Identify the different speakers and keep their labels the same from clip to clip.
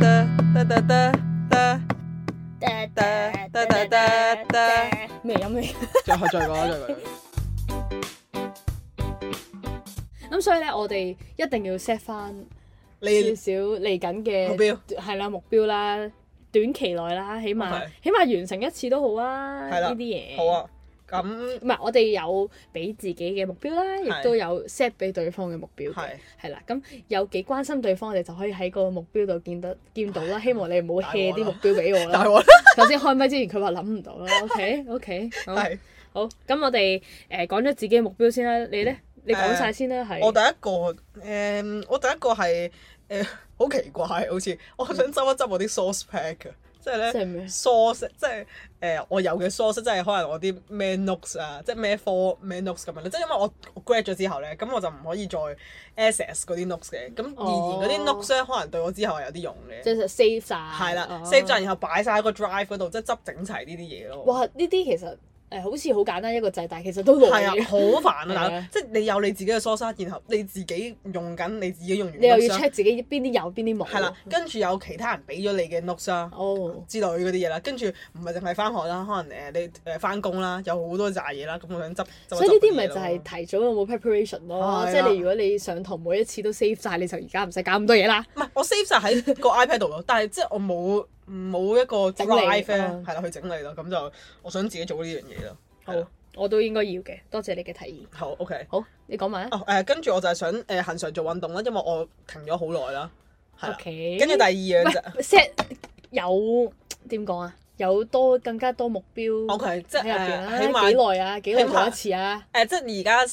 Speaker 1: 得得得得，
Speaker 2: 噠
Speaker 1: 噠噠噠噠噠
Speaker 2: 咩音嚟？
Speaker 1: 再再講再講。
Speaker 2: 咁所以咧，我哋一定要 set 翻少
Speaker 1: 你
Speaker 2: 少嚟緊嘅
Speaker 1: 目標
Speaker 2: 係啦，目標啦，短期內啦，起碼
Speaker 1: OK
Speaker 2: 起碼完成一次都好啊，
Speaker 1: 係啦
Speaker 2: 呢啲嘢。
Speaker 1: 好。啊，咁
Speaker 2: 唔係，我哋有俾自己嘅目標啦，亦都有 set 俾對方嘅目標嘅
Speaker 1: 係
Speaker 2: 係啦。咁有幾關心對方，我哋就可以喺個目標度見得見到啦。希望你唔好 hea 啲目標俾我
Speaker 1: 大
Speaker 2: 啦。
Speaker 1: 鑊啦，
Speaker 2: 頭先開咪之前，佢話諗唔到啦。OK OK，好
Speaker 1: 係
Speaker 2: 好。咁我哋誒講咗自己嘅目標先啦，你咧？你講晒先啦，係
Speaker 1: 嗯我第一個誒，我第一個係誒好奇怪，好似我想執一執我啲 sauce pack 啊，
Speaker 2: 嗯即
Speaker 1: 即係咧
Speaker 2: 係咩
Speaker 1: sauce，即係誒我有嘅 sauce，即係可能我啲咩 notes 啊，即係咩科咩 notes 咁樣咧，即係因為我我 grad 咗之後咧，咁我就唔可以再 access 嗰啲 notes 嘅，咁而而嗰啲
Speaker 2: 哦
Speaker 1: notes 咧可能對我之後係有啲用嘅
Speaker 2: 即。係 save 晒。
Speaker 1: 係啦
Speaker 2: 哦
Speaker 1: ，save 咗，然後擺晒喺個 drive 嗰度，即係執整齊呢啲嘢咯。
Speaker 2: 哇！呢啲其實誒、好似好簡單一個掣，但係其實都耐
Speaker 1: 係啊，
Speaker 2: 嘅。
Speaker 1: 好煩啊！大
Speaker 2: 係
Speaker 1: 佬
Speaker 2: 啊，
Speaker 1: 即係你有你自己嘅梳沙，然後你自己用緊，你自己用完
Speaker 2: 你又要
Speaker 1: notes 啦
Speaker 2: check 自己邊啲有邊啲冇。
Speaker 1: 係啦，跟住有其他人俾咗你嘅 notes 啦。
Speaker 2: 哦，
Speaker 1: 之類嗰啲嘢啦，跟住唔係淨係翻學啦，可能誒你誒翻工啦，有好多扎嘢啦，咁我想執。執一
Speaker 2: 所以呢
Speaker 1: 執
Speaker 2: 啲
Speaker 1: 嗰
Speaker 2: 咪
Speaker 1: 嘢
Speaker 2: 就
Speaker 1: 咯
Speaker 2: 係提早有冇 preparation 咯，
Speaker 1: 係啦
Speaker 2: 即係你如果你上堂每一次都 save 晒，你就而家唔使搞咁多嘢啦。
Speaker 1: 唔係我 save 晒喺個 iPad 度咯，但係即係我冇冇一個
Speaker 2: 整
Speaker 1: drive
Speaker 2: 理
Speaker 1: 咧
Speaker 2: 嗯，
Speaker 1: 係啦去整理咯，咁就我想自己做呢樣嘢咯。
Speaker 2: 好
Speaker 1: 係啦，
Speaker 2: 我都應該要嘅，多謝你嘅提議。
Speaker 1: 好 OK。
Speaker 2: 好，你講埋啊。
Speaker 1: 哦誒，呃跟住我就係想誒恆常做運動啦，因為我停咗好耐啦，係啦。
Speaker 2: OK。
Speaker 1: 跟住第二樣就
Speaker 2: 喂 set 有點講啊？有多更加多目標
Speaker 1: OK，即
Speaker 2: 喺
Speaker 1: 係
Speaker 2: 入邊啦，
Speaker 1: 誒起
Speaker 2: 幾
Speaker 1: 碼
Speaker 2: 耐啊？幾耐
Speaker 1: 起碼
Speaker 2: 做一次啊？
Speaker 1: 誒，即係而家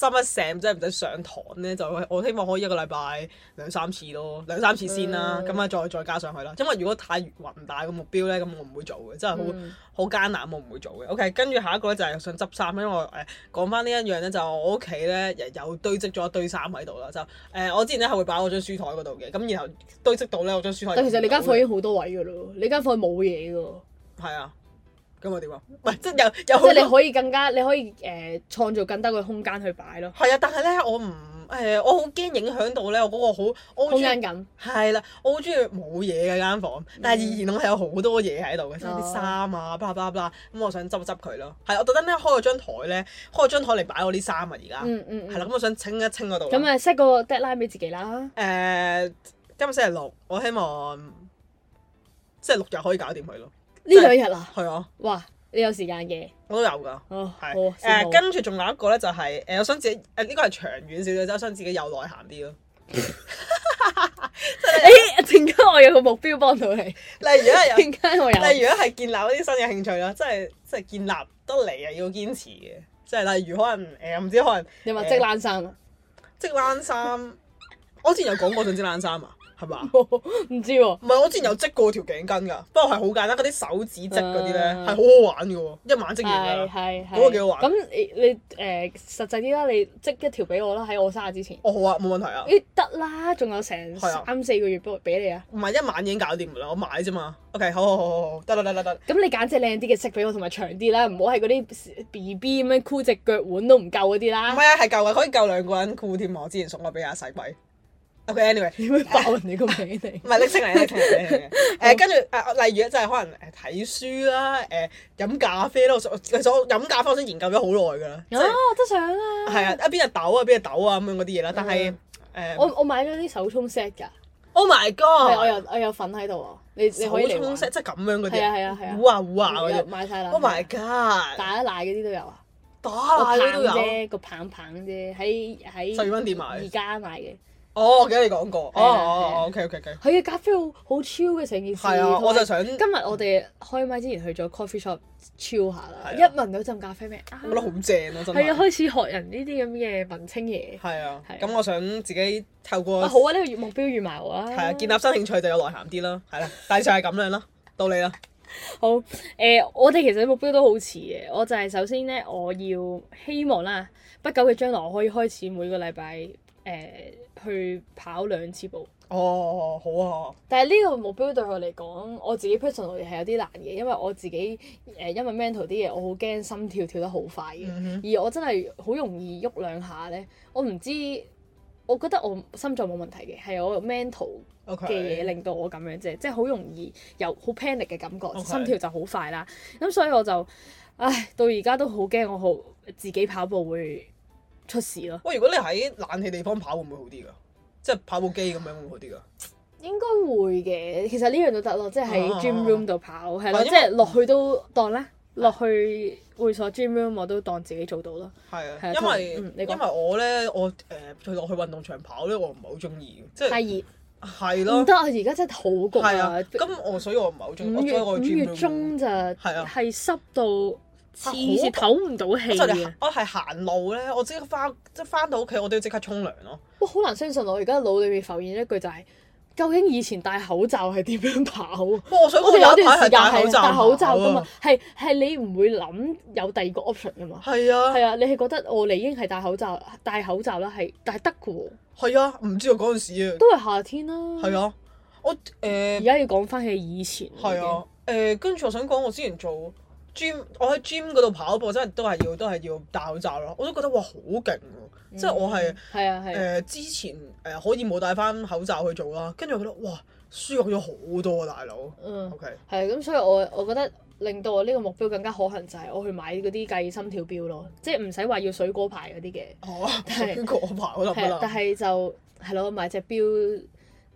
Speaker 1: summer sam 即係唔使上堂咧，就 我希望可以一個禮拜兩三次咯，兩三次先啦，
Speaker 2: 嗯
Speaker 1: 咁啊再再加上去啦。因為如果太宏大個目標咧，咁我唔會做嘅，真係好
Speaker 2: 嗯
Speaker 1: 好艱難，我唔會做嘅。OK，跟住下一個咧就係想執衫，因為我誒講翻呢一樣咧，就我屋企咧有堆積咗一堆衫喺度啦，就誒、呃我之前咧係會擺我張書台嗰度嘅，咁然後堆積到咧我張書台。
Speaker 2: 但其實你間房已經好多位㗎咯，你間房冇嘢㗎。
Speaker 1: 係啊，咁啊點啊？唔係即係有有好
Speaker 2: 即係
Speaker 1: 多
Speaker 2: 你可以更加，你可以誒、呃、創造更多嘅空間去擺咯，
Speaker 1: 係啊，但係咧，我唔誒，我好驚影響到咧，我嗰個好，我
Speaker 2: 空
Speaker 1: 好中
Speaker 2: 間
Speaker 1: 意
Speaker 2: 感。
Speaker 1: 係啦，我好中意冇嘢嘅間房，
Speaker 2: 嗯
Speaker 1: 但係依然我係有好多嘢喺度
Speaker 2: 哦
Speaker 1: 嘅，即係啲衫啊，巴拉巴拉，咁我想執執佢咯。係，我特登咧開咗張台咧，開咗張台嚟擺我啲衫啊，而家
Speaker 2: 嗯嗯
Speaker 1: 係啦，
Speaker 2: 嗯。
Speaker 1: 咁我想清一清嗰度啦。
Speaker 2: 咁啊，set 個 deadline 俾自己啦。
Speaker 1: 誒，今日星期六，我希望即係六日可以搞掂佢咯。
Speaker 2: 呢兩日啊，
Speaker 1: 係啊，
Speaker 2: 哇！你有時間嘅，
Speaker 1: 我都有㗎。
Speaker 2: 哦，好
Speaker 1: 係
Speaker 2: 羨
Speaker 1: 誒，
Speaker 2: 慕
Speaker 1: 跟住仲有一個咧，就係誒，我想自己誒呢個係長遠少少，即係我想自己有內涵啲咯。
Speaker 2: 誒，陣間我有個目標幫到你，
Speaker 1: 例如 咧，有
Speaker 2: 陣間我有。
Speaker 1: 例如咧係啊建立一啲新嘅興趣啦，即係即係建立得嚟係要堅持嘅，即係例如可能誒唔、知可能
Speaker 2: 你話織冷衫啊？
Speaker 1: 織冷衫，我之前有講過想織冷衫啊，係嘛？
Speaker 2: 唔知喎。
Speaker 1: 唔係我之前有織過條頸巾㗎，不過係好簡單，嗰啲手指織嗰啲咧係
Speaker 2: 啊
Speaker 1: 好好玩㗎喎，一晚織完㗎
Speaker 2: 係
Speaker 1: 啦，
Speaker 2: 係係。
Speaker 1: 啊嗰個幾好玩
Speaker 2: 咁你你誒、呃、實際啲啦，你織一條俾我啦，喺我生日之前。
Speaker 1: 哦好啊，冇問題啊，
Speaker 2: 咦，得啦，仲有成
Speaker 1: 係啊
Speaker 2: 三四個月俾我俾你啊！
Speaker 1: 唔係一晚已經搞掂㗎啦，我買啫嘛，OK，好好好好好，得啦得啦得啦，
Speaker 2: 咁你揀隻靚啲嘅色俾我，同埋長啲啦，唔好係嗰啲 B B 咁樣箍只腳腕都唔夠嗰啲
Speaker 1: 唔
Speaker 2: 啦。
Speaker 1: 係啊係夠嘅，可以夠兩個人箍添啊，我之前送過俾阿細鬼，OK，anyway。
Speaker 2: 你會爆人哋個名嚟
Speaker 1: 唔？係拎清嚟，拎清嚟，拎清嚟。誒，跟住誒，例如啊咧，就係可能誒睇書啦，誒飲咖啡啦。我所其實我飲咖啡我想研究咗好耐㗎 啦，即
Speaker 2: 啊，
Speaker 1: 係
Speaker 2: 我都想啊！
Speaker 1: 係啊，一邊係豆啊，一邊係豆啊咁樣嗰啲嘢啦。但係
Speaker 2: 我
Speaker 1: 誒
Speaker 2: 我買咗啲手沖 set 㗎，
Speaker 1: ，Oh my
Speaker 2: 嗯哦係我
Speaker 1: god！
Speaker 2: 有我有份喺度啊！你你
Speaker 1: 手
Speaker 2: 可以嚟
Speaker 1: 沖
Speaker 2: 玩。
Speaker 1: 式即係咁樣嗰啲，
Speaker 2: 係啊係啊係啊
Speaker 1: 糊啊糊啊嗰
Speaker 2: 有
Speaker 1: 啲。
Speaker 2: 買晒啦。
Speaker 1: Oh my god！
Speaker 2: 打奶嗰啲都有啊，
Speaker 1: 打
Speaker 2: 個
Speaker 1: 啊
Speaker 2: 棒
Speaker 1: 呢都有。
Speaker 2: 啫，個棒棒啫，喺喺
Speaker 1: 細蚊店買
Speaker 2: 而家買嘅。
Speaker 1: 哦，我記得你講過。哦
Speaker 2: 係啊
Speaker 1: 哦
Speaker 2: 係啊
Speaker 1: 哦，OK OK OK。
Speaker 2: 係啊，咖啡好好 chill 嘅成件事。
Speaker 1: 係啊，我就想
Speaker 2: 今日我哋開麥之前去咗 coffee shop chill 下啦，
Speaker 1: 係啊
Speaker 2: 一聞到陣咖啡味，啊
Speaker 1: 我覺得好正啊，真
Speaker 2: 係啊，
Speaker 1: 係。
Speaker 2: 開始學人呢啲咁嘅文青嘢。
Speaker 1: 係啊
Speaker 2: 係啊，
Speaker 1: 咁我想自己透過
Speaker 2: 啊好啊，呢個目標預埋我啦。
Speaker 1: 係啊，建立新興趣就有內涵啲啦，係啦，大致上係咁樣啦，到你啦，
Speaker 2: 好誒、呃我哋其實目標都好似嘅。我就係首先咧，我要希望啦，不久嘅將來我可以開始每個禮拜誒去跑兩次步。
Speaker 1: 哦，好啊，
Speaker 2: 但係呢個目標對我嚟講，我自己 personally 係有啲難嘅，因為我自己誒、呃因為 mental 啲嘢，我好驚心跳跳得好快嘅，
Speaker 1: 嗯
Speaker 2: 而我真係好容易喐兩下咧，我唔知。我覺得我心臟冇問題嘅，係我 mental
Speaker 1: ，OK
Speaker 2: 嘅嘢令到我咁樣啫，即係好容易有好 panic 嘅感覺
Speaker 1: OK
Speaker 2: 心跳就好快啦。咁所以我就，唉，到而家都好驚我好自己跑步會出事咯。
Speaker 1: 喂，如果你喺冷氣地方跑，會唔會好啲㗎？即係跑步機咁樣會唔會好啲㗎？
Speaker 2: 應該會嘅，其實呢樣都得咯，即係喺
Speaker 1: 啊
Speaker 2: gym room 度跑，係
Speaker 1: 或
Speaker 2: 咯，哦
Speaker 1: 者
Speaker 2: 即係落去都當啦，落去會所 gym room 我都當自己做到咯。
Speaker 1: 係啊，
Speaker 2: 係啊
Speaker 1: 因
Speaker 2: 同
Speaker 1: 為
Speaker 2: 嗯你
Speaker 1: 因
Speaker 2: 講
Speaker 1: 為我咧，我誒去落去運動場跑咧，我唔係好中意嘅，即
Speaker 2: 太
Speaker 1: 係
Speaker 2: 熱
Speaker 1: 係
Speaker 2: 唔
Speaker 1: 咯，
Speaker 2: 得啊！而家真係好
Speaker 1: 係
Speaker 2: 焗
Speaker 1: 啊
Speaker 2: 啊，！
Speaker 1: 咁我所以我唔係好中意，
Speaker 2: 五
Speaker 1: 我所以
Speaker 2: 月
Speaker 1: 我
Speaker 2: 五
Speaker 1: gym
Speaker 2: 月
Speaker 1: room
Speaker 2: 中就
Speaker 1: 係啊
Speaker 2: 係啊濕到黐線，
Speaker 1: 係好
Speaker 2: 唞唔到氣啊
Speaker 1: 就係
Speaker 2: 嘅。
Speaker 1: 我係行路咧，我即刻翻即係翻到屋企，我都要即刻沖涼咯。
Speaker 2: 哇！好難相信我而家腦裏面浮現一句就係、究竟以前戴口罩係點樣跑？啊
Speaker 1: 哇我想
Speaker 2: 我哋
Speaker 1: 講
Speaker 2: 有
Speaker 1: 一排
Speaker 2: 段時間
Speaker 1: 係戴口
Speaker 2: 係
Speaker 1: 罩，
Speaker 2: 戴口罩噶嘛
Speaker 1: 啊，，
Speaker 2: 係係你唔會諗有第二個 option 噶嘛？
Speaker 1: 係啊
Speaker 2: 係啊，你係覺得我理應係戴口罩，戴口罩啦，係但係得嘅喎，
Speaker 1: 係啊，唔知道嗰陣時啊，
Speaker 2: 都係夏天啦。
Speaker 1: 係啊，我
Speaker 2: 而
Speaker 1: 誒
Speaker 2: 家要講翻起以前啦。
Speaker 1: 係啊誒，跟住我想講，我之前做 gym，我喺 gym 嗰度跑步真係都係要都係要戴口罩咯，我都覺得哇好勁喎！
Speaker 2: 已經，
Speaker 1: 即係我係
Speaker 2: 嗯係啊係啊，
Speaker 1: 誒之前誒可以冇戴翻口罩去做啦，跟住我覺得哇舒服咗好多啊，大佬。
Speaker 2: 嗯
Speaker 1: OK，
Speaker 2: 係咁，所以我我覺得令到我呢個目標更加可行就係我去買嗰啲計心跳表咯，即係唔使話要水果牌嗰啲嘅。
Speaker 1: 哦，
Speaker 2: 係
Speaker 1: 邊個我排我諗
Speaker 2: 係啊，但
Speaker 1: 啦。
Speaker 2: 係就係咯，買隻表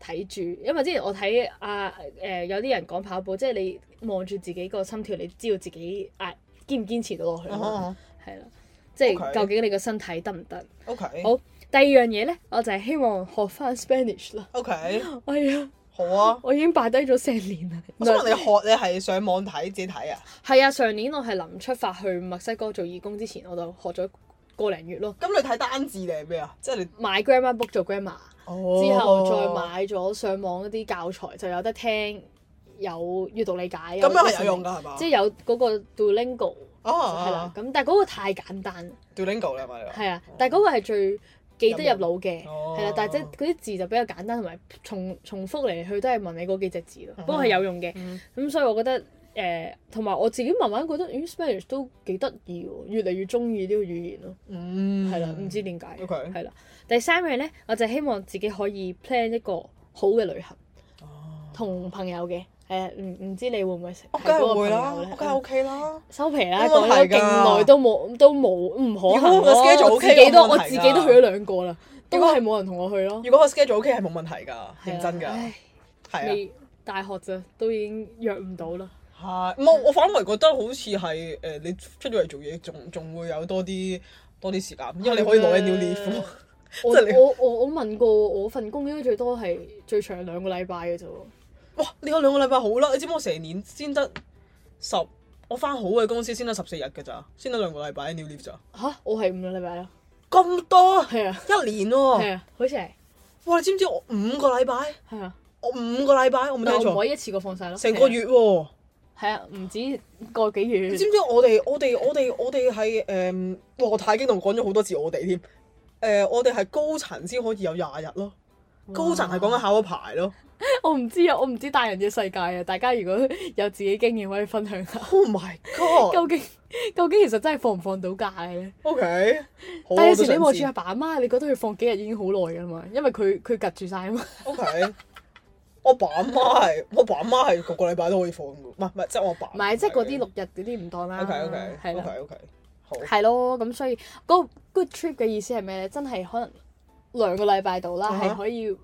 Speaker 2: 睇住，因為之前我睇啊誒、有啲人講跑步，即係你望住自己個心跳，你知道自己啊堅唔堅持到落去啊嘛，
Speaker 1: 哦
Speaker 2: 係啦、即
Speaker 1: OK
Speaker 2: 係究竟你個身體得唔得？
Speaker 1: ，OK
Speaker 2: 好第二樣嘢咧，我就係希望學翻 Spanish 啦。
Speaker 1: OK，
Speaker 2: 哎呀，
Speaker 1: 好啊。
Speaker 2: 我已經擺低咗成年啦。
Speaker 1: 我想問你學你係上網睇自己睇啊？
Speaker 2: 係啊，上年我係臨出發去墨西哥做義工之前，我就學咗個零月咯。
Speaker 1: 咁你睇單字定係咩啊？即係你哦
Speaker 2: 買 grammar book 做 grammar。之後再。買咗上網嗰啲教材，就有得聽，有閱讀理解。
Speaker 1: 咁樣係有
Speaker 2: listening，
Speaker 1: 用㗎係嘛？
Speaker 2: 即係有嗰個 Duolingo 係啦
Speaker 1: 哦，，
Speaker 2: 咁但係嗰個太簡單，
Speaker 1: Duolingo 啦嘛你話
Speaker 2: 係啊，但係嗰個係最記得入腦嘅，
Speaker 1: 哦
Speaker 2: 係啦，但係即係嗰啲字就比較簡單，同埋重重複嚟嚟去都係問你嗰幾隻字咯，不過係有用嘅，
Speaker 1: 嗯
Speaker 2: 咁所以我覺得。誒，同埋我自己慢慢覺得，咦，Spanish 都幾得意喎，越嚟越中意呢個語言咯。
Speaker 1: 嗯，
Speaker 2: 係啦，唔知點解。
Speaker 1: OK
Speaker 2: 係啦，第三樣咧，我就希望自己可以 plan 一個好嘅旅行，
Speaker 1: 哦
Speaker 2: 同朋友嘅。誒，唔唔知你會唔會食？
Speaker 1: 我梗
Speaker 2: 係嗰
Speaker 1: 係
Speaker 2: 個
Speaker 1: 會啦，
Speaker 2: 朋友呢嗯
Speaker 1: 我梗係 OK 啦。
Speaker 2: 收皮啦，
Speaker 1: 冇問
Speaker 2: 講
Speaker 1: 題㗎
Speaker 2: 咗勁耐都冇，都冇唔可行
Speaker 1: 如果我
Speaker 2: 咯。
Speaker 1: 嘅 schedule
Speaker 2: 我自
Speaker 1: OK，
Speaker 2: 己都
Speaker 1: 我冇
Speaker 2: 我
Speaker 1: 問題
Speaker 2: 自
Speaker 1: 㗎
Speaker 2: 己都去咗兩個啦，都
Speaker 1: 如果
Speaker 2: 係冇人同我去咯。
Speaker 1: 如果我 schedule OK 係冇問題㗎，
Speaker 2: 係啊
Speaker 1: 認真㗎，
Speaker 2: 唉
Speaker 1: 係啊
Speaker 2: 未大學咋，都已經約唔到啦。
Speaker 1: 啊，係。冇，我反為覺得好似係誒，你出咗嚟做嘢，仲仲會有多啲多啲時間，因為你
Speaker 2: 啊
Speaker 1: 可以攞 annual leave 啊
Speaker 2: 我
Speaker 1: 即係你
Speaker 2: 我我我問過，我份工應該最多係最長兩個禮拜嘅啫喎。
Speaker 1: 哇！你有兩個禮拜好啦，你知唔知我成年先得十，我翻好嘅公司先得十四日㗎咋，先得兩個禮拜 new leave 咋，
Speaker 2: 吓？我係五個禮拜啦。
Speaker 1: 咁多
Speaker 2: 係啊，
Speaker 1: 一年喎、
Speaker 2: 係啊，好似係。
Speaker 1: 哇！你知唔知我五個禮拜，
Speaker 2: 係啊，
Speaker 1: 我五個禮拜，我冇
Speaker 2: 但
Speaker 1: 聽
Speaker 2: 我唔可
Speaker 1: 錯，
Speaker 2: 以一次過放晒咯，啊
Speaker 1: 成個月喎、
Speaker 2: 係啊，唔止個幾月
Speaker 1: 你，知唔知我哋我哋我哋我哋係誒，哇我太激動講咗好多次我哋添，誒、我哋係高層先可以有廿日咯，高層係講緊考咗牌咯，
Speaker 2: 我唔知啊，我唔知大人嘅世界啊，大家如果有自己經驗可以分享下，
Speaker 1: Oh my god！OK，、
Speaker 2: 究竟究竟其實真係放唔放到假嘅咧？
Speaker 1: 好
Speaker 2: 但有
Speaker 1: 啊我都
Speaker 2: 時你
Speaker 1: 想
Speaker 2: 望住
Speaker 1: 知
Speaker 2: 阿。爸阿媽，你覺得佢放幾日已經好耐㗎嘛，因為佢佢隔住晒啊嘛，
Speaker 1: O K，我爸阿媽係，我爸阿媽係個個禮拜都可以放嘅，唔係唔係，即係啊我爸。
Speaker 2: 唔係即係嗰啲六日嗰啲唔當啦
Speaker 1: O K O K
Speaker 2: 係
Speaker 1: O
Speaker 2: 啦
Speaker 1: K O K，好。
Speaker 2: 係咯，咁所以嗰個 good trip 嘅意思係咩咧？真係可能兩個禮拜度啦，
Speaker 1: 啊哈
Speaker 2: 係可以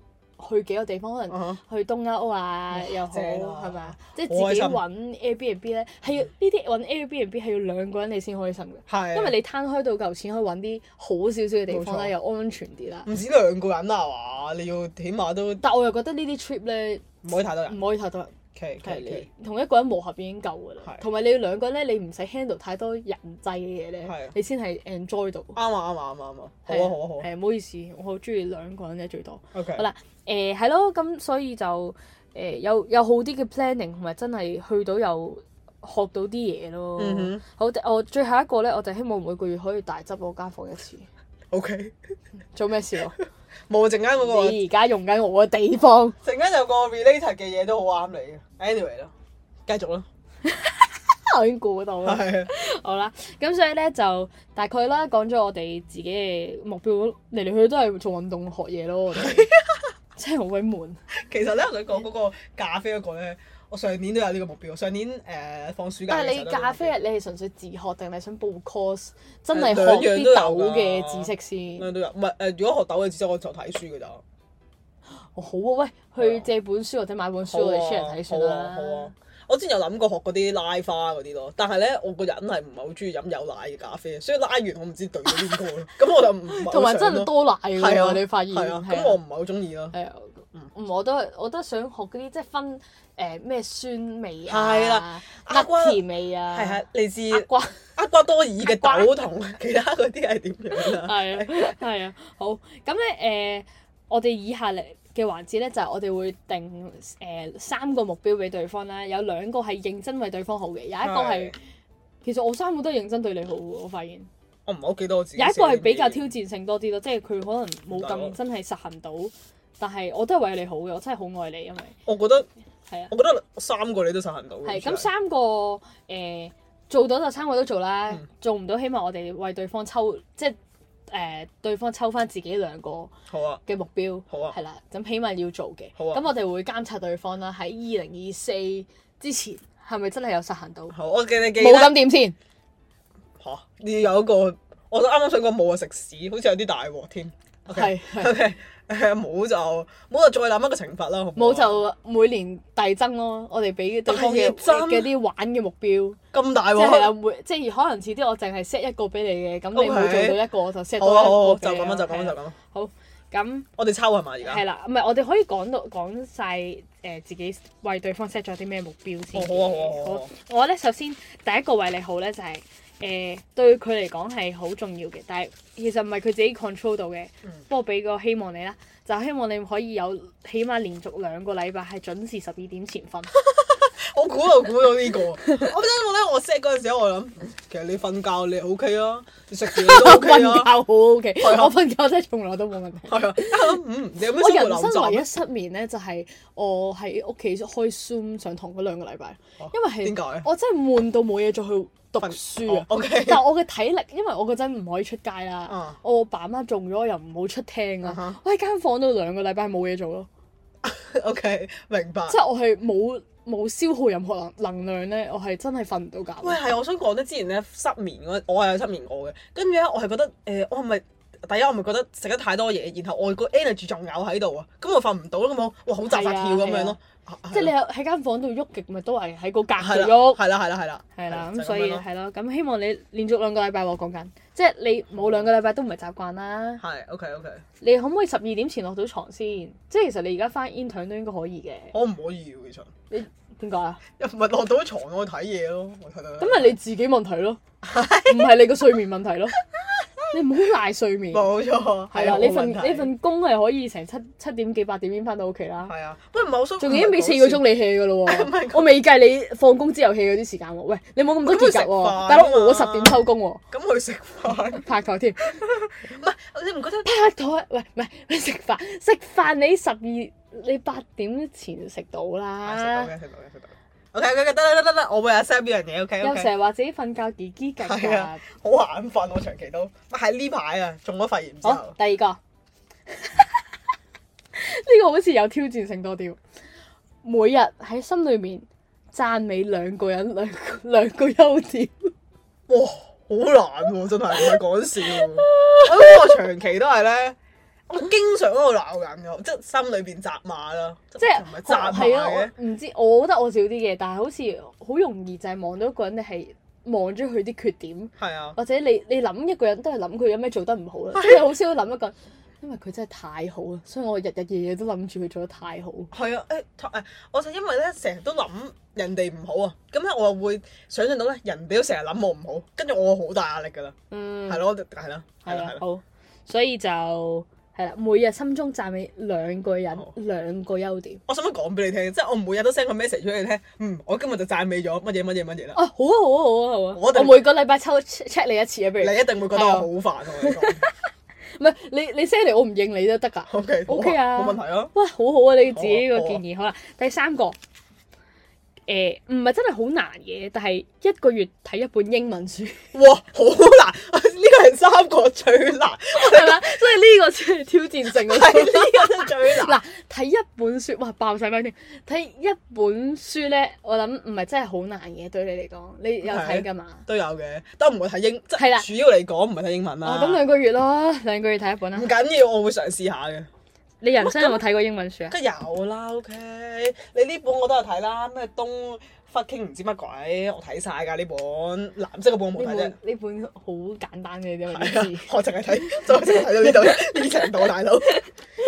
Speaker 2: 去幾個地方，可能。
Speaker 1: 啊
Speaker 2: 去東歐啊又好
Speaker 1: 正啊
Speaker 2: 係咪？即係
Speaker 1: 好開
Speaker 2: 自己
Speaker 1: 心
Speaker 2: 揾 Airbnb 咧，係要呢啲揾 Airbnb 係要兩個人你先開心嘅，
Speaker 1: 哈，係。
Speaker 2: 因為你攤開到嚿錢可以揾啲好少少嘅地方
Speaker 1: 冇
Speaker 2: 啦，
Speaker 1: 錯
Speaker 2: 又安全啲啦。
Speaker 1: 唔止兩個人啊嘛，你要起碼都唔
Speaker 2: 但我又覺得呢啲 trip 咧
Speaker 1: 可以太多人。
Speaker 2: 唔可以太多人，
Speaker 1: K
Speaker 2: 嗯係
Speaker 1: K K，
Speaker 2: 你同一個人磨合已經夠㗎啦
Speaker 1: 係。
Speaker 2: 同埋你要兩個人咧，你唔使 handle 太多人際嘅嘢
Speaker 1: 係
Speaker 2: 咧，你先係 enjoy 到。
Speaker 1: 啱啊啱啊啱啊啱啊，好
Speaker 2: 係
Speaker 1: 啊好啊好啊
Speaker 2: 係唔好意思，我好中意兩個人嘅最多。
Speaker 1: ，O K。
Speaker 2: 好啦，誒係咯，咁所以就誒、有有好啲嘅 planning，同埋真係去到有學到啲嘢咯。
Speaker 1: 嗯哼
Speaker 2: 好，我最後一個咧，我就希望每個月可以大執我間房一 次。
Speaker 1: O K，
Speaker 2: 做咩事 啊？
Speaker 1: 冇陣間嗰個，
Speaker 2: 你而家用緊我嘅地 方，
Speaker 1: 陣間有個 related 嘅嘢都好啱你嘅。Anyway 啦，繼續啦。
Speaker 2: 我已經估到 啦。
Speaker 1: 係啊，
Speaker 2: 好啦，咁所以咧就大概啦，講咗我哋自己嘅目標，嚟嚟去去都係做運動學嘢咯。 我哋真係好鬼悶。
Speaker 1: 其實咧，我想講嗰個咖啡嗰個咧，我上年都有呢個目標。上年誒、呃放暑 假
Speaker 2: 但
Speaker 1: 嘅
Speaker 2: 係
Speaker 1: 時
Speaker 2: 你
Speaker 1: 候都有呢個目標，
Speaker 2: 咖啡日，你係純粹自學定係想報 course，真係
Speaker 1: 誒
Speaker 2: 學
Speaker 1: 兩樣
Speaker 2: 啲
Speaker 1: 都有
Speaker 2: 豆
Speaker 1: 㗎
Speaker 2: 嘅知識先？
Speaker 1: 兩都有，唔係誒？如果學豆嘅知識，我就睇書㗎咋。
Speaker 2: 哦好啊，喂，去借本書或者買本書
Speaker 1: 好
Speaker 2: 我哋
Speaker 1: 啊
Speaker 2: share 睇算
Speaker 1: 好啊，好
Speaker 2: 啦
Speaker 1: 啊。。我之前有諗過學嗰啲拉花嗰啲咯，但係咧我個人係唔係好中意飲有奶嘅咖啡，所以拉完我唔知對咗邊個 咯，咁我就唔係好
Speaker 2: 同埋真係
Speaker 1: 想咯
Speaker 2: 多奶㗎
Speaker 1: 係啊，
Speaker 2: 喎，你發現
Speaker 1: 係啊，
Speaker 2: 係啊
Speaker 1: 咁我唔係好中意咯。
Speaker 2: 係啊，嗯，我都我都想學嗰啲即係分誒咩酸味啊，
Speaker 1: 係啦，
Speaker 2: 甩
Speaker 1: 厄瓜
Speaker 2: 甜味啊，
Speaker 1: 係係嚟
Speaker 2: 厄
Speaker 1: 自
Speaker 2: 瓜
Speaker 1: 厄瓜啊多 爾嘅豆同其他嗰啲係點樣啊？
Speaker 2: 係啊係啊，好咁咧誒，我哋以下嚟嘅環節咧就係、我哋會定誒、三個目標俾對方啦，有兩個係認真為對方好 嘅，有一個係
Speaker 1: 係
Speaker 2: 其實我三個都係認真對你好喎，我發現
Speaker 1: 我唔係好記得我自己
Speaker 2: 有一個
Speaker 1: 寫啲
Speaker 2: 係比較
Speaker 1: 咩
Speaker 2: 挑戰性多啲咯，即係佢可能冇
Speaker 1: 唔得
Speaker 2: 咁
Speaker 1: 咯
Speaker 2: 真係實行到，但係我都係為你好嘅，我真係好愛你，因為
Speaker 1: 我覺得
Speaker 2: 係啊。
Speaker 1: 我覺得三個你都實行到嘅。
Speaker 2: 係咁
Speaker 1: 好似係
Speaker 2: 三個誒、呃做到就三個都做啦，
Speaker 1: 嗯
Speaker 2: 做唔到希望我哋為對方抽即係誒、呃、對方抽翻自己兩個
Speaker 1: 好啊，
Speaker 2: 嘅目標，
Speaker 1: 好啊
Speaker 2: 係啦，咁起碼要做嘅，
Speaker 1: 好啊
Speaker 2: 咁我哋會監察對方啦，喺二零二四之前係咪真係有實行到？冇
Speaker 1: 好我記你記
Speaker 2: 咁
Speaker 1: 得
Speaker 2: 點先？
Speaker 1: 嚇，你有一個我啱啱想講冇啊食屎，好似有啲大鑊添。OK
Speaker 2: 係
Speaker 1: O
Speaker 2: 係
Speaker 1: K，誒冇就冇就再諗一個懲罰啦，好唔好
Speaker 2: 冇
Speaker 1: 啊
Speaker 2: 就每年遞增咯，我哋俾對方嘅
Speaker 1: 哦遞增
Speaker 2: 嘅啲玩嘅目標，
Speaker 1: 咁大
Speaker 2: 即係啦，
Speaker 1: 鑊，
Speaker 2: 每即係可能遲啲我淨係 set 一個俾你嘅，咁你
Speaker 1: OK
Speaker 2: 每做到一個我就 set
Speaker 1: 好啊好啊好
Speaker 2: 多
Speaker 1: 啊
Speaker 2: 一
Speaker 1: 就
Speaker 2: 個俾你咯係
Speaker 1: 咁啊就咁啊就
Speaker 2: 啦
Speaker 1: 咁啊，
Speaker 2: 好咁。
Speaker 1: 我哋抽係咪而家？
Speaker 2: 係啦，唔係我哋可以講到講晒誒自己為對方 set 咗啲咩目標先
Speaker 1: 哦
Speaker 2: 嘅。
Speaker 1: 好啊好啊好啊
Speaker 2: 我咧首先第一個為你好咧就係、誒、對佢嚟講係好重要嘅，但係其實唔係佢自己 control 到嘅。
Speaker 1: 嗯
Speaker 2: 不過俾個希望你啦，就希望你可以有起碼連續兩個禮拜係準時十二點前 瞓。
Speaker 1: 我估就估到呢個， 我真係咧，我 set 嗰陣時候，我諗嗯其實你瞓覺你 O K 啊，你食 嘢都 O
Speaker 2: 瞓
Speaker 1: K
Speaker 2: 覺
Speaker 1: 啊，
Speaker 2: 好 OK，
Speaker 1: 係啊
Speaker 2: 我瞓覺真係從來都冇問題。
Speaker 1: 係啊，一諗嗯，你有咩
Speaker 2: 我
Speaker 1: 生活
Speaker 2: 人
Speaker 1: 流
Speaker 2: 生
Speaker 1: 習
Speaker 2: 唯
Speaker 1: 咧
Speaker 2: 一？失眠咧，就係、我喺屋企開 Zoom 上堂嗰兩個禮拜，
Speaker 1: 哦
Speaker 2: 因為
Speaker 1: 點解
Speaker 2: 係
Speaker 1: 啊
Speaker 2: 我真係悶到冇嘢做去讀
Speaker 1: 瞓哦
Speaker 2: 書啊。
Speaker 1: O K，
Speaker 2: 但我嘅體力，因為我嗰陣唔可以出街啦，
Speaker 1: 啊
Speaker 2: 我爸媽中咗又唔好出廳啊
Speaker 1: 啊哈
Speaker 2: 我喺間房度兩個禮拜冇嘢做咯，
Speaker 1: O K，明白
Speaker 2: 即。係我係冇冇消耗任何能能量咧，我係真係瞓唔到覺。
Speaker 1: 喂，係，我想講咧，之前咧失眠嗰，我係有失眠過嘅。跟住咧，我係覺得誒、呃我係咪第一我係咪覺得食得太多嘢，然後我個 energy 仲有喺度啊，咁我瞓唔到咯，咁我哇好扎扎跳咁樣咯。啊
Speaker 2: 即係你喺喺間房度喐極，咪都係喺個
Speaker 1: 係
Speaker 2: 隔
Speaker 1: 啦
Speaker 2: 度喐。
Speaker 1: 係啦係啦係啦，
Speaker 2: 係啦，
Speaker 1: 就
Speaker 2: 咁
Speaker 1: 係
Speaker 2: 所以
Speaker 1: 樣咯
Speaker 2: 係咯，咁希望你連續兩個禮拜喎講緊，即係你冇兩個禮拜都唔係習慣啦。
Speaker 1: 係 OK OK，
Speaker 2: 你可唔可以十二點前落到床先？即係其實你而家翻 intern 都應該可以嘅。
Speaker 1: 我唔可以嘅其實，
Speaker 2: 你點解啊？
Speaker 1: 又唔係落到床我睇嘢咯，我睇到。
Speaker 2: 咁啊咪你自己問題咯，唔係你個睡眠問題咯。你唔好賴睡眠。
Speaker 1: 冇錯，啊
Speaker 2: 係啊啦，你份
Speaker 1: 冇問題
Speaker 2: 你份工係可以成七七點幾八點已經翻到屋企啦，
Speaker 1: 係啊，喂唔係我想
Speaker 2: 仲已經俾四個鐘你 hea 噶咯
Speaker 1: 唔 係
Speaker 2: 喎
Speaker 1: 講。
Speaker 2: 我未計你放工之後 hea 嗰啲時間喎。喂，你冇咁多
Speaker 1: 咁佢
Speaker 2: 結
Speaker 1: 食
Speaker 2: 集喎，
Speaker 1: 飯啊
Speaker 2: 大佬
Speaker 1: 㗎嘛
Speaker 2: 我十點收工喎，
Speaker 1: 咁去食飯，
Speaker 2: 拍台添。
Speaker 1: 唔係你唔覺得？
Speaker 2: 拍台喂唔係你食飯食飯你十二你八點前食到
Speaker 1: 啊食
Speaker 2: 啦。
Speaker 1: 到嘅食到嘅食到嘅。OK OK 得得得得得，我會 accept 呢樣嘢 OK
Speaker 2: 又
Speaker 1: OK
Speaker 2: 成。日話自己瞓覺叽叽格
Speaker 1: 係啊
Speaker 2: 格。
Speaker 1: 好眼瞓，我長期都喺呢排啊，中咗肺炎之
Speaker 2: 好
Speaker 1: 後，
Speaker 2: 第二個 呢個好似有挑戰性多啲喎。每日喺心裏面讚美兩個人兩個兩個優 點，
Speaker 1: 哇，好難喎、真係唔係講 笑喎。我諗我長期都係咧，我經常喺度鬧人嘅，即係心裏邊責罵啦，
Speaker 2: 即係
Speaker 1: 唔係責罵
Speaker 2: 係啊！
Speaker 1: 嘅，
Speaker 2: 我唔知，我覺得我少啲嘅，但係好似好容易就係望到一個人，你係望咗佢啲缺點。
Speaker 1: 係啊，
Speaker 2: 或者你你諗一個人都係諗佢有咩做得唔好啦，即係你好少諗一個人，因為佢真係太好啦，所以我日日夜夜都諗住佢做得太好。
Speaker 1: 係啊，誒、誒，我就因為咧成日都諗人哋唔好啊，咁咧我又會想象到咧人哋都成日諗我唔好，跟住我好大壓力㗎啦，
Speaker 2: 嗯，
Speaker 1: 係咯、我就係啦，係
Speaker 2: 係
Speaker 1: 啦，
Speaker 2: 啊
Speaker 1: 係，啦，
Speaker 2: 好，所以就係啦，每日心中讚美兩個人
Speaker 1: 好
Speaker 2: 兩個優點。
Speaker 1: 我想唔想講俾你聽？即係我每日都 send 個 message 俾你聽，嗯，我今日就讚美咗乜嘢乜嘢乜嘢啦。
Speaker 2: 啊，好啊，好啊，好啊，好啊！我
Speaker 1: 我哋
Speaker 2: 每個禮拜抽 check check 你一次啊，不如
Speaker 1: 你一定會覺得我好煩，啊我同你講。
Speaker 2: 唔係你你 send 嚟，我唔應你都得㗎。
Speaker 1: O K
Speaker 2: OK 啊
Speaker 1: 冇問題啊。
Speaker 2: 哇，好好啊！你自己個
Speaker 1: 好啊好啊
Speaker 2: 建議好啦。第三個，誒、誒唔係真係好難嘅，但係一個月睇一本英文書
Speaker 1: 哇，好難！呢個係三個最 難，
Speaker 2: 係 啦，所以呢個先係挑戰性嗰
Speaker 1: 係
Speaker 2: 種
Speaker 1: 呢個真係最難。
Speaker 2: 嗱，睇一本書，哇爆晒咪添！睇一本書咧，我諗唔係真係好難嘅，對你嚟講，你有睇㗎嘛？
Speaker 1: 都有嘅，都唔會睇英，即
Speaker 2: 係啦
Speaker 1: 係主要嚟講唔係睇英文啦
Speaker 2: 哦，。咁兩個月咯，兩個月睇一本啦啊
Speaker 1: 唔。緊要，我會嘗試下嘅。
Speaker 2: 你人生有冇睇過英文書啊？
Speaker 1: 梗有啦，OK。你呢本我都有睇啦，咩東 fucking 唔知乜鬼，我睇晒㗎呢本。藍色嗰本我冇睇啫
Speaker 2: 呢。本呢本好簡單嘅啫，
Speaker 1: 係
Speaker 2: 文
Speaker 1: 啊
Speaker 2: 字，
Speaker 1: 我淨係睇，就淨係睇到呢度 呢程度，大佬。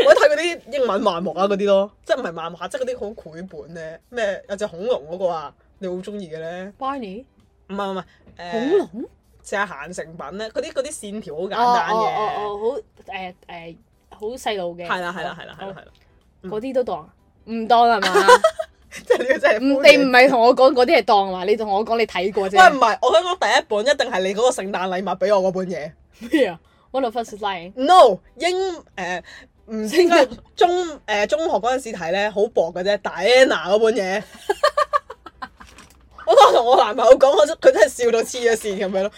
Speaker 1: 我睇嗰啲英文漫畫啊嗰啲咯，即係唔係漫畫，即係嗰啲好繪本咧。咩有隻恐龍嗰個啊，你好中意嘅咧？
Speaker 2: Barney
Speaker 1: 唔係唔係，誒、
Speaker 2: 恐龍哦
Speaker 1: 成日行成品咧，嗰啲嗰啲線條好簡單
Speaker 2: 哦
Speaker 1: 嘅。
Speaker 2: 哦哦，好誒誒，好細路嘅，
Speaker 1: 係啦係啦係啦係啦嗯係啦，
Speaker 2: 哦，嗰啲都當啊唔當係嘛？
Speaker 1: 即係呢個真係
Speaker 2: 唔
Speaker 1: 歡
Speaker 2: 你
Speaker 1: 迎
Speaker 2: 唔係同我講嗰啲係當嘛？你同我講你睇過啫。
Speaker 1: 喂唔係，我想講第一本一定係你嗰個聖誕禮物俾我嗰本嘢。
Speaker 2: 咩啊？One of us is lying。
Speaker 1: No 英誒唔、應該係中誒、中學嗰陣時睇咧，好薄嘅啫。Diana 嗰本嘢， 我當時同我男朋友講，我真佢真係笑到黐咗線咁樣咯。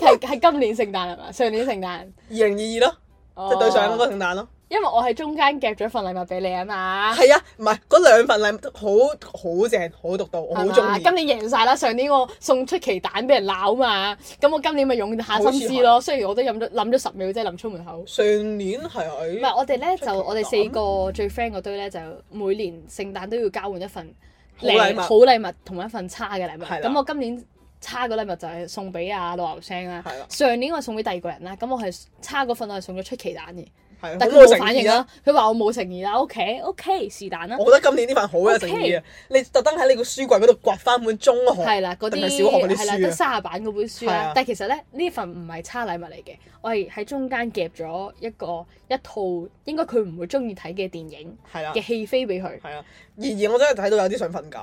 Speaker 2: 係係今年聖誕係嘛？上年聖誕。
Speaker 1: 二零二二咯，即係對上嗰個聖誕咯。
Speaker 2: 哦因為我喺中間夾咗份禮物俾你啊嘛。
Speaker 1: 係啊，唔係嗰兩份禮物都好好正，好獨到，我好
Speaker 2: 係
Speaker 1: 中
Speaker 2: 嘛
Speaker 1: 意。啊
Speaker 2: 今年贏晒啦！上年我送出奇蛋俾人鬧嘛，咁我今年咪用下心思咯。雖然我都飲咗諗咗十秒啫，臨出門口。
Speaker 1: 上年係
Speaker 2: 唔
Speaker 1: 喺
Speaker 2: 係我哋咧就
Speaker 1: 出奇蛋
Speaker 2: 我哋四個最 friend 嗰堆咧，就每年聖誕都要交換一份
Speaker 1: 好禮
Speaker 2: 靚
Speaker 1: 物
Speaker 2: 好禮物同一份差嘅禮物。
Speaker 1: 係啦
Speaker 2: 咁我今年差嘅禮物就係送俾阿老牛聲啦
Speaker 1: 係啦。
Speaker 2: 上年我送俾第二個人啦，咁我係差嗰份我係送咗出奇蛋嘅，
Speaker 1: 係
Speaker 2: 但
Speaker 1: 好
Speaker 2: 佢冇
Speaker 1: 誠
Speaker 2: 反
Speaker 1: 意啊
Speaker 2: 應啊啦。佢話我冇誠意啦。OK OK 是但啦。
Speaker 1: 我覺得今年呢份好有誠意啊！你特登喺你個書櫃嗰度刮翻本中學，
Speaker 2: 係啦，嗰啲
Speaker 1: 哦定係小學嗰啲
Speaker 2: 係啦，
Speaker 1: 書
Speaker 2: 得
Speaker 1: 啊
Speaker 2: 三十版嗰本書
Speaker 1: 係
Speaker 2: 啦
Speaker 1: 啊。
Speaker 2: 但係其實咧，呢份唔係差禮物嚟嘅，我係喺中間夾咗一個一套應該佢唔會中意睇嘅電影
Speaker 1: 係啦
Speaker 2: 嘅，戲飛俾佢。
Speaker 1: 啊係啦。然而我真係睇到有啲想瞓覺。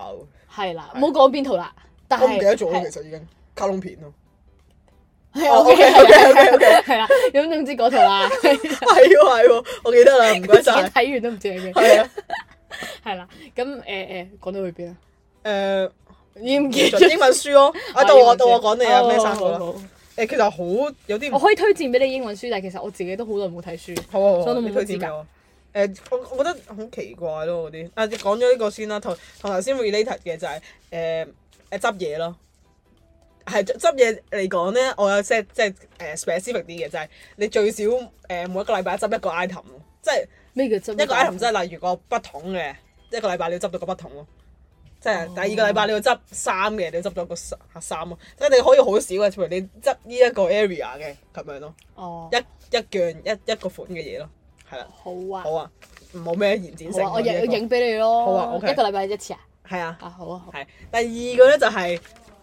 Speaker 2: 係啦，
Speaker 1: 係哦
Speaker 2: 冇講邊套啦，但
Speaker 1: 我唔記
Speaker 2: 係
Speaker 1: 得咗啦，
Speaker 2: 係
Speaker 1: 其實已經卡通片咯，
Speaker 2: 係
Speaker 1: 哦
Speaker 2: OK
Speaker 1: OK，OK，OK，OK
Speaker 2: OK OK 係啦，咁總之嗰套啦，
Speaker 1: 係喎係喎，我記 得啦， 唔該
Speaker 2: 自己
Speaker 1: 晒。
Speaker 2: 睇完都唔知係咩，
Speaker 1: 係啊，
Speaker 2: 係啦，咁誒誒講到去邊啊？
Speaker 1: 誒
Speaker 2: 已經唔記得咗
Speaker 1: 英文書 咯，啊到我到我講你啊
Speaker 2: 哦
Speaker 1: 咩三個
Speaker 2: 好
Speaker 1: 啦，
Speaker 2: 好好
Speaker 1: 誒其實好有啲
Speaker 2: 我
Speaker 1: 好
Speaker 2: 可以推薦俾你英文書，但係其實我自己都好耐冇睇書。
Speaker 1: 好
Speaker 2: 所
Speaker 1: 好，
Speaker 2: 以都冇
Speaker 1: 你推薦俾我。誒，我我覺得好奇怪咯嗰啲，啊講咗呢個先啦，同同頭先 related 嘅就係誒誒執嘢咯。係執執嘢嚟講咧，我有即係即係誒 specific 啲嘅，就係你最少誒每一個禮拜執一個 item，咯即係
Speaker 2: 咩叫執
Speaker 1: 一個 item 即係例如個筆筒嘅，一個禮拜你要執到個筆筒咯。即係
Speaker 2: 哦
Speaker 1: 第二個禮拜你要執衫嘅，你要執咗個衫衫咯。即係你可以好少嘅，譬如你執呢一個 area 嘅咁樣咯，
Speaker 2: 哦
Speaker 1: 一，一樣一一個款嘅嘢咯，係啦。
Speaker 2: 好啊
Speaker 1: 好。啊，冇咩延展性
Speaker 2: 好啊，
Speaker 1: 嘅
Speaker 2: 我
Speaker 1: 呢一
Speaker 2: 影
Speaker 1: 個。
Speaker 2: 影俾你咯。
Speaker 1: 好啊，OK
Speaker 2: 一個禮拜一次啊。
Speaker 1: 係啊，
Speaker 2: 啊，好啊，好。
Speaker 1: 係。第二個咧就係、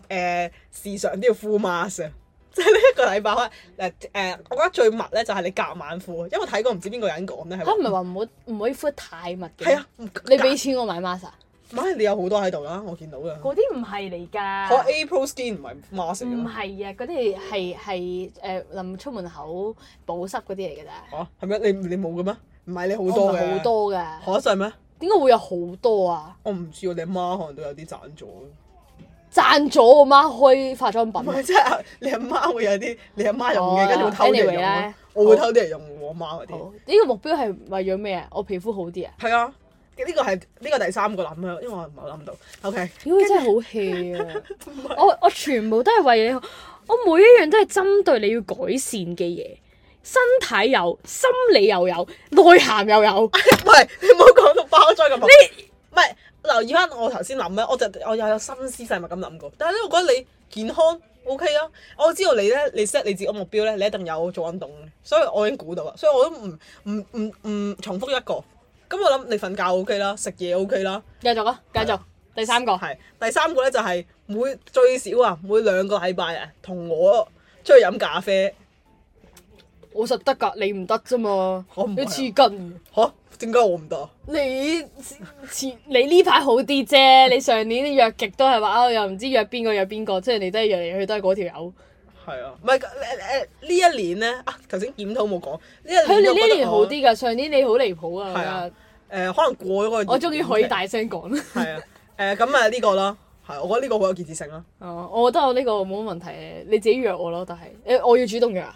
Speaker 1: 誒、時常都要 full mask 啊。 即係呢一個禮拜可能誒誒，我覺得最密咧就係你隔晚敷，因為睇過唔知邊個人講咧係
Speaker 2: 嚇唔
Speaker 1: 話。
Speaker 2: 係話唔好唔可以敷得太密嘅。
Speaker 1: 係啊，，
Speaker 2: 你俾錢我買 mask 啊？
Speaker 1: 唔係你有好多喺度啦，我見到㗎。
Speaker 2: 嗰啲唔係嚟㗎。
Speaker 1: 我 April Skin 唔係 mask 嚟㗎
Speaker 2: 啊唔
Speaker 1: 嘛
Speaker 2: 係啊，嗰啲係係誒臨出門口保濕嗰啲嚟㗎咋。
Speaker 1: 嚇哦係咩？你你冇嘅咩？唔係你
Speaker 2: 我
Speaker 1: 好
Speaker 2: 哦唔
Speaker 1: 多
Speaker 2: 係
Speaker 1: 嘅，
Speaker 2: 好多㗎。
Speaker 1: 可信咩？
Speaker 2: 點解會有好多啊？
Speaker 1: 我唔知喎，你阿媽可能都有啲賺咗。唔
Speaker 2: 贊咗我媽開化妝品啊。
Speaker 1: 係即係你阿媽會有啲，你阿媽用
Speaker 2: 哦
Speaker 1: 嘅，跟住會偷啲嚟
Speaker 2: anyway
Speaker 1: 用
Speaker 2: 啦
Speaker 1: 咯。我會
Speaker 2: 好
Speaker 1: 偷啲嚟用我阿媽嗰
Speaker 2: 好，
Speaker 1: 啲。
Speaker 2: 呢個目標係為咗咩啊？我皮膚好啲啊？
Speaker 1: 係啊，呢個係呢個第三個諗啊，因為我唔係好諗到。OK，
Speaker 2: 屌你真係好 hea 啊！我我全部都係為你好，我每一樣都係針對你要改善嘅嘢，身體有，心理又有，內涵又有。
Speaker 1: 唔係你唔好講到包裝咁。你唔係留意翻我頭先諗咧，我就我又有心思細密咁諗過。但係咧，我覺得你健康 OK 啊，我知道你咧，你 set 你自己個目標咧，你一定有做運動嘅，所以我已經估到啦，所以我都唔唔唔唔重複一個。咁我諗你瞓覺 OK 啦，食嘢 OK 啦。
Speaker 2: 繼續啊，繼續。第三個
Speaker 1: 係第三個咧，就係每最少啊，每兩個禮拜啊，同我出去飲咖啡。
Speaker 2: 我實得㗎，你唔得啫嘛，
Speaker 1: 我唔
Speaker 2: 你
Speaker 1: 係啊
Speaker 2: 黐筋。
Speaker 1: 嚇？點解我唔得啊？
Speaker 2: 你前你呢排好啲啫，你上年約極都係話啊，又唔知約邊個約邊個，即係你都係約嚟去都係嗰條友。
Speaker 1: 係啊，唔係誒誒呢一年咧啊，頭先檢討冇講呢一年，
Speaker 2: 佢你呢年
Speaker 1: 我
Speaker 2: 好
Speaker 1: 覺得
Speaker 2: 啲㗎，上年你好離譜啊！我
Speaker 1: 係
Speaker 2: 覺
Speaker 1: 啊
Speaker 2: 得
Speaker 1: 誒、可能過咗個
Speaker 2: 我終於可以
Speaker 1: 大
Speaker 2: 大聲講啦。
Speaker 1: 係啊，誒咁啊呢個啦，係我覺得呢個好有建設性啦。
Speaker 2: 哦，我覺得我呢個冇乜問題嘅，你自己約我咯，但係誒我要主動約啊。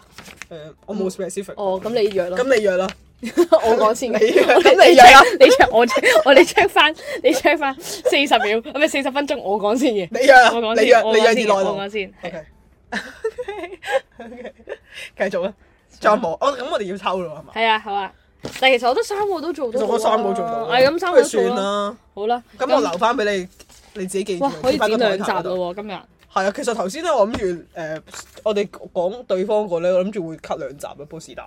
Speaker 1: 誒我冇 specific，
Speaker 2: 哦，咁你約咯。
Speaker 1: 咁你約啦，
Speaker 2: 我講先，
Speaker 1: 你約
Speaker 2: 我
Speaker 1: 咁你約啊啦
Speaker 2: check- 你 check 我 check 我哋 check 翻，你 check 翻四十秒，唔係四十分鐘，我講先嘅。
Speaker 1: 你約啊，
Speaker 2: 我講
Speaker 1: 你
Speaker 2: 先，
Speaker 1: 約
Speaker 2: 我
Speaker 1: 你
Speaker 2: 講
Speaker 1: 約熱
Speaker 2: 先，
Speaker 1: 內
Speaker 2: 我
Speaker 1: 度
Speaker 2: 講。先。係
Speaker 1: OK OK，繼續啦，仲有冇？哦咁我哋要抽咯係嘛？
Speaker 2: 係啊，好啊。但係其實我得三個都做
Speaker 1: 其
Speaker 2: 到
Speaker 1: 實
Speaker 2: 啊。
Speaker 1: 我三冇做到，
Speaker 2: 係咁，三
Speaker 1: 不
Speaker 2: 個
Speaker 1: 如
Speaker 2: 都做
Speaker 1: 算
Speaker 2: 啦。
Speaker 1: 啦。
Speaker 2: 好啦，
Speaker 1: 咁我留翻俾你，你自己記住。
Speaker 2: 哇，可以
Speaker 1: 貼返
Speaker 2: 剪
Speaker 1: 個
Speaker 2: 兩
Speaker 1: 台
Speaker 2: 集啊
Speaker 1: 頭嗰度
Speaker 2: 咯喎，今日。
Speaker 1: 係啊，其實頭先咧，我諗住誒，我哋講對方個咧，我諗住會 cut 兩集啊啦，不過是但。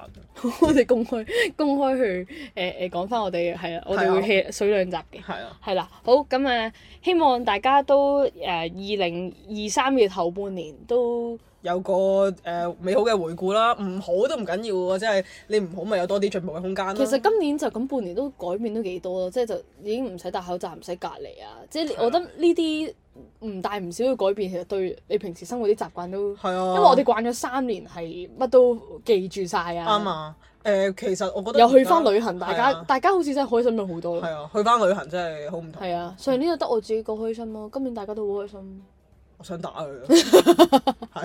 Speaker 2: 我哋公開公開去誒誒講翻我哋嘅係啊，我哋會 hea 水兩集嘅。
Speaker 1: 係啊，
Speaker 2: 係啦，好咁啊！希望大家都誒二零二三嘅頭半年都
Speaker 1: 有個誒、呃美好嘅回顧啦，唔好都唔緊要喎，即係你唔好咪有多啲進步嘅空間咯。
Speaker 2: 其實今年就咁半年都改變都幾多咯，即係就已經唔使戴口罩，唔使隔離啊！即係我覺得呢啲唔大唔小嘅改變，其實對你平時生活啲習慣都，
Speaker 1: 係啊，
Speaker 2: 因
Speaker 1: 因
Speaker 2: 為我哋慣咗三年係乜都記住晒啊，
Speaker 1: 啱啊。誒、其實我覺得
Speaker 2: 又去
Speaker 1: 而家
Speaker 2: 翻旅行，大
Speaker 1: 係
Speaker 2: 家
Speaker 1: 啊
Speaker 2: 大家好似真係開心咗好多
Speaker 1: 係
Speaker 2: 咯。
Speaker 1: 啊，去翻旅行真係好唔同。
Speaker 2: 係啊，上年就得我自己個開心咯，今年大家都好開心。
Speaker 1: 我想打佢 啊。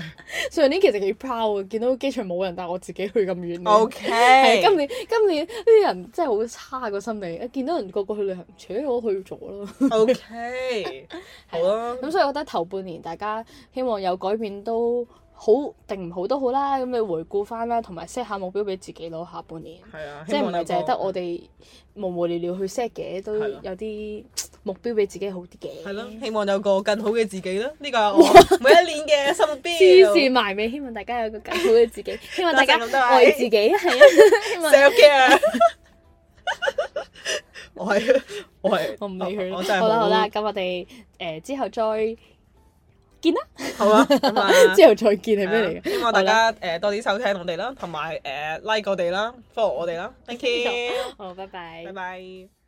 Speaker 2: 上年其實幾 proud 啊，見到機場冇人，但係我啊自己去咁遠嘅。
Speaker 1: O
Speaker 2: 係
Speaker 1: K，
Speaker 2: 今年今年呢啲人真係好差個心理，一見到人個個去旅行，扯我都去咗啦。
Speaker 1: O K，好啊啦，
Speaker 2: 咁所以我覺得頭半年大家希望有改變都好定唔好都好啦，咁你回顧翻啦，同埋 set 下目標俾自己咯。下半年
Speaker 1: 係啊，
Speaker 2: 即係唔係
Speaker 1: 係
Speaker 2: 淨係得我哋無無聊聊去 set 嘅，都
Speaker 1: 係咯
Speaker 2: 有啲目標俾自己好啲嘅。
Speaker 1: 係咯，希望有個更好嘅自己啦。呢個係我每一年嘅心目標。
Speaker 2: 黐線埋尾，希望大家有個更好嘅自己，希望大家
Speaker 1: 多謝咁多位
Speaker 2: 愛自己，係 啊，希望
Speaker 1: self care 。 我係我係
Speaker 2: 我唔理佢
Speaker 1: 我
Speaker 2: 啦。
Speaker 1: 真係
Speaker 2: 好啦好啦，
Speaker 1: 冇
Speaker 2: 咁我哋誒之後再見啦，
Speaker 1: 好啦，咁啊，
Speaker 2: 之後再見係咩嚟嘅？
Speaker 1: 希望大家誒多啲收聽我哋啦，同埋誒 like 我哋啦，follow 我哋啦，thank you，
Speaker 2: 好，拜拜
Speaker 1: 拜。拜。